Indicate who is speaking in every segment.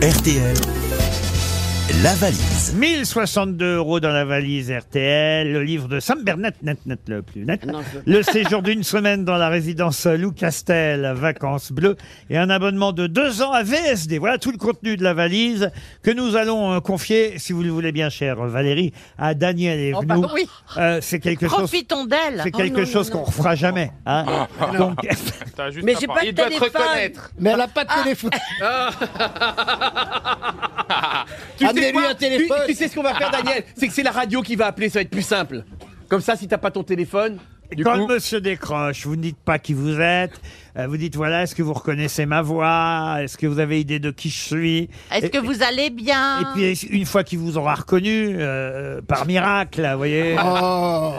Speaker 1: RTL, la valise.
Speaker 2: 1062 euros dans la valise RTL, le livre de Sam Bernat, net, net, le plus net. Le séjour d'une semaine dans la résidence Lou Castel, vacances bleues, et un abonnement de deux ans à VSD. Voilà tout le contenu de la valise que nous allons euh, confier, si vous le voulez bien, cher Valérie, à Daniel et Euh,
Speaker 3: bah oui.
Speaker 2: c'est quelque chose.
Speaker 3: Profitons d'elle.
Speaker 2: C'est quelque chose qu'on refera jamais. hein. Donc,
Speaker 4: T'as juste
Speaker 3: Mais
Speaker 4: à
Speaker 3: j'ai
Speaker 4: par-
Speaker 3: pas de
Speaker 4: Il doit te
Speaker 3: téléphone.
Speaker 4: reconnaître.
Speaker 5: Mais elle a pas de téléphone.
Speaker 6: Tu sais
Speaker 5: Amenez-lui
Speaker 6: quoi
Speaker 5: un téléphone.
Speaker 6: Tu, tu sais ce qu'on va faire, Daniel C'est que c'est la radio qui va appeler, ça va être plus simple. Comme ça, si t'as pas ton téléphone, du
Speaker 2: Quand
Speaker 6: coup,
Speaker 2: le monsieur décroche, vous ne dites pas qui vous êtes. euh, Vous dites voilà, est-ce que vous reconnaissez ma voix Est-ce que vous avez idée de qui je suis
Speaker 3: Est-ce
Speaker 2: Et-
Speaker 3: que hein vous allez bien
Speaker 2: Et puis une fois qu'il vous aura reconnu, euh, par miracle, vous voyez,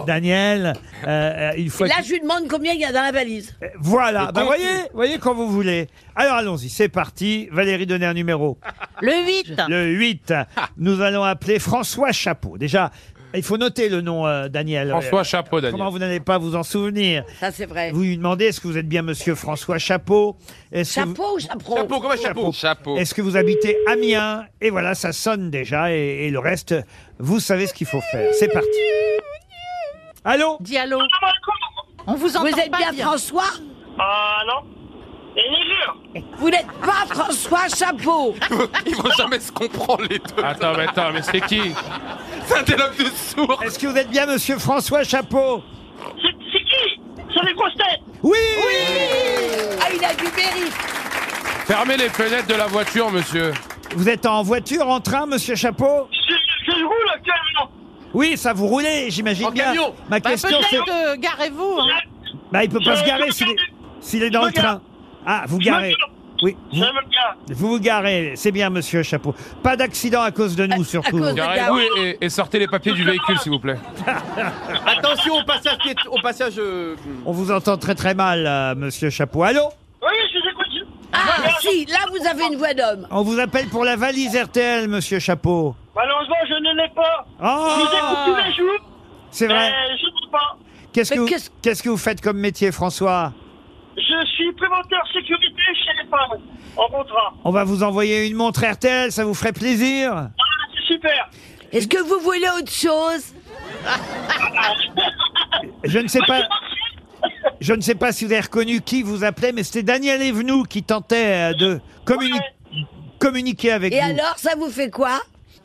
Speaker 2: Daniel, euh, euh, une fois.
Speaker 3: Oh. Là,
Speaker 2: qu'il-
Speaker 3: je lui demande combien il y a dans la valise.
Speaker 2: euh, Voilà, bah, voyez, voyez quand vous voulez. Alors allons-y, c'est parti. Valérie, donnez un numéro.
Speaker 3: Ah. Le 8.
Speaker 2: Le 8,
Speaker 3: Ah.
Speaker 2: nous allons appeler François Chapeau. Déjà, il faut noter le nom, euh, Daniel.
Speaker 4: François
Speaker 2: Chapeau.
Speaker 4: Chapeau, Daniel.
Speaker 2: Comment vous n'allez pas vous en souvenir
Speaker 3: Ça, c'est vrai.
Speaker 2: Vous lui demandez est-ce que vous êtes bien monsieur François Chapeau Est-ce que vous-
Speaker 3: Chapeau ou chaperon
Speaker 6: chapeau, comment chapeau
Speaker 4: Chapeau.
Speaker 2: Est-ce que vous habitez Amiens Et voilà, ça sonne déjà. Et, et le reste, vous savez ce qu'il faut faire. C'est parti. Allô
Speaker 3: Dis allô. On vous entend Vous êtes bien François
Speaker 7: Ah non Et ni sûr
Speaker 3: Vous n'êtes pas François Chapeau
Speaker 8: Ils vont jamais se comprendre les deux.
Speaker 4: Attends, mais attends, mais c'est qui
Speaker 8: C'est un dialogue de sourds.
Speaker 2: Est-ce que vous êtes bien monsieur François Chapeau
Speaker 7: C'est c'est qui C'est les grosses têtes
Speaker 2: Oui
Speaker 3: Ah, il a du mérite
Speaker 4: Fermez les fenêtres de la voiture, monsieur.
Speaker 2: Vous êtes en voiture, en train, monsieur Chapeau
Speaker 7: Je je roule actuellement
Speaker 2: Oui, ça vous roulez, j'imagine
Speaker 6: En
Speaker 2: bien.
Speaker 6: camion.
Speaker 2: Ma question c'est...
Speaker 3: garez-vous.
Speaker 2: Bah, il peut pas
Speaker 7: Bah, Je-
Speaker 2: se garer
Speaker 7: je-
Speaker 2: s'il est, s'il est dans
Speaker 7: je
Speaker 2: le
Speaker 7: me gare.
Speaker 2: train. Ah, vous
Speaker 7: Je me
Speaker 2: garez.
Speaker 7: gare.
Speaker 2: Oui,
Speaker 7: Je
Speaker 2: vous,
Speaker 7: me gare
Speaker 2: vous vous garez. C'est bien, monsieur Chapeau. Pas d'accident à cause de nous, surtout.
Speaker 3: cause de-
Speaker 4: Garez-vous et, et- et sortez les papiers du véhicule, s'il vous plaît.
Speaker 6: attention au passage, piét- au passage. euh,
Speaker 2: On vous entend très très mal, euh, monsieur Chapeau. Allô
Speaker 7: Oui, je vous écoute
Speaker 3: Ah, si, là, vous avez une voix d'homme.
Speaker 2: On vous appelle pour la valise RTL, monsieur Chapeau.
Speaker 7: Malheureusement, je ne l'ai pas Je vous écoute tous
Speaker 2: Oh
Speaker 7: les jours
Speaker 2: C'est vrai.
Speaker 7: mais je ne peux pas
Speaker 2: Qu'est-ce que,
Speaker 3: Euh, mais
Speaker 2: vous-
Speaker 3: qu'est-ce-
Speaker 2: qu'est-ce que vous faites comme métier, François
Speaker 7: Je suis préventeur sécurité chez les femmes En contrat
Speaker 2: On va vous envoyer une montre RTL, ça vous ferait plaisir
Speaker 7: Ah, c'est super
Speaker 3: Est-ce que vous voulez autre chose
Speaker 2: Je ne sais pas. Je ne sais pas si vous avez reconnu qui vous appelait, mais c'était Daniel Evenou qui tentait euh, de communi- communiquer avec
Speaker 3: Et
Speaker 2: vous.
Speaker 3: alors, ça vous fait quoi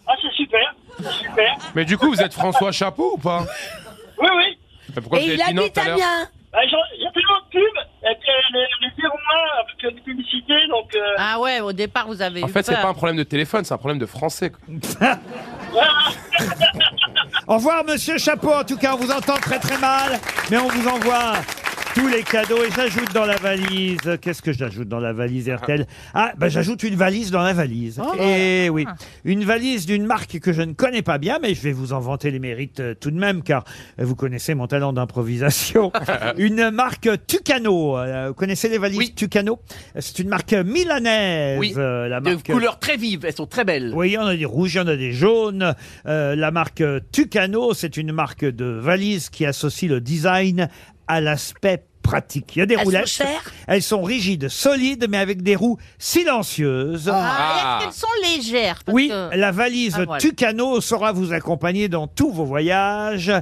Speaker 7: Ah, c'est super C'est super
Speaker 4: Mais du coup, vous êtes François Chapeau ou pas
Speaker 7: Oui, oui
Speaker 4: Mais Pourquoi
Speaker 3: Et
Speaker 4: vous
Speaker 3: il
Speaker 4: avez dit non
Speaker 3: habite
Speaker 4: tout à
Speaker 3: à
Speaker 4: l'heure
Speaker 3: bien.
Speaker 7: Bah, j'en- Il y a tellement de pubs Et puis euh, les, les 01 avec euh, des publicités, donc... euh,
Speaker 9: Ah ouais, au départ, vous avez
Speaker 4: En
Speaker 9: eu
Speaker 4: fait, c'est
Speaker 9: peur.
Speaker 4: pas un problème de téléphone, c'est un problème de français. quoi.
Speaker 2: Au revoir, monsieur Chapeau. En tout cas, on vous entend très très mal, mais on vous envoie tous les cadeaux. Et j'ajoute dans la valise. Qu'est-ce que j'ajoute dans la valise, RTL Ah, ben j'ajoute une valise dans la valise.
Speaker 6: Oh.
Speaker 2: Et oui, une valise d'une marque que je ne connais pas bien, mais je vais vous en vanter les mérites euh, tout de même, car euh, vous connaissez mon talent d'improvisation. une marque Tucano. Euh, Vous connaissez les valises
Speaker 6: Oui.
Speaker 2: Tucano C'est une marque milanaise.
Speaker 6: Oui,
Speaker 2: euh, la
Speaker 6: de
Speaker 2: marque.
Speaker 6: couleurs très vives, elles sont très belles.
Speaker 2: Oui, il y en a des rouges, il y en a des jaunes. Euh, la marque Tucano, c'est une marque de valise qui associe le design à l'aspect pratique. Il y a des
Speaker 3: Elles sont
Speaker 2: roulettes.
Speaker 3: chères
Speaker 2: Elles sont rigides, solides, mais avec des roues silencieuses.
Speaker 9: Ah,
Speaker 4: Ah.
Speaker 9: et est-ce qu'elles sont légères Parce
Speaker 2: Oui,
Speaker 9: que-
Speaker 2: la valise
Speaker 9: Ah, voilà.
Speaker 2: Tucano saura vous accompagner dans tous vos voyages.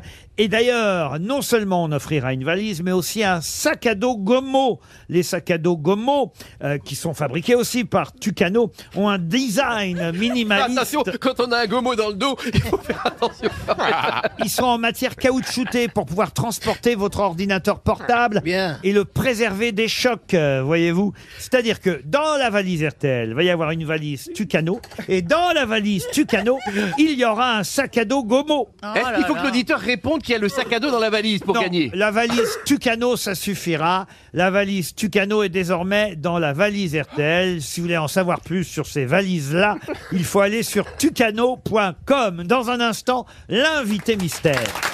Speaker 2: Et d'ailleurs, non seulement on offrira une valise, mais aussi un sac à dos Gomo. Les sacs à dos Gomo, euh, qui sont fabriqués aussi par Tucano, ont un design minimaliste.
Speaker 6: Attention, quand on a un gomo dans le dos, il faut faire attention.
Speaker 2: Ils sont en matière caoutchoutée pour pouvoir transporter votre ordinateur portable
Speaker 5: Bien.
Speaker 2: et le préserver des chocs, euh, voyez-vous. C'est-à-dire que dans la valise RTL, va y avoir une valise Tucano et dans la valise Tucano, il y aura un sac à dos Gomo.
Speaker 5: Oh
Speaker 6: Est-ce qu'il faut que l'auditeur réponde qu'il y a le sac à dos dans la valise pour
Speaker 2: Non,
Speaker 6: gagner
Speaker 2: La valise Tucano, ça suffira. La valise Tucano est désormais dans la valise RTL. Si vous voulez en savoir plus sur ces valises-là, il faut aller sur tucano.com. Dans un instant, l'invité mystère.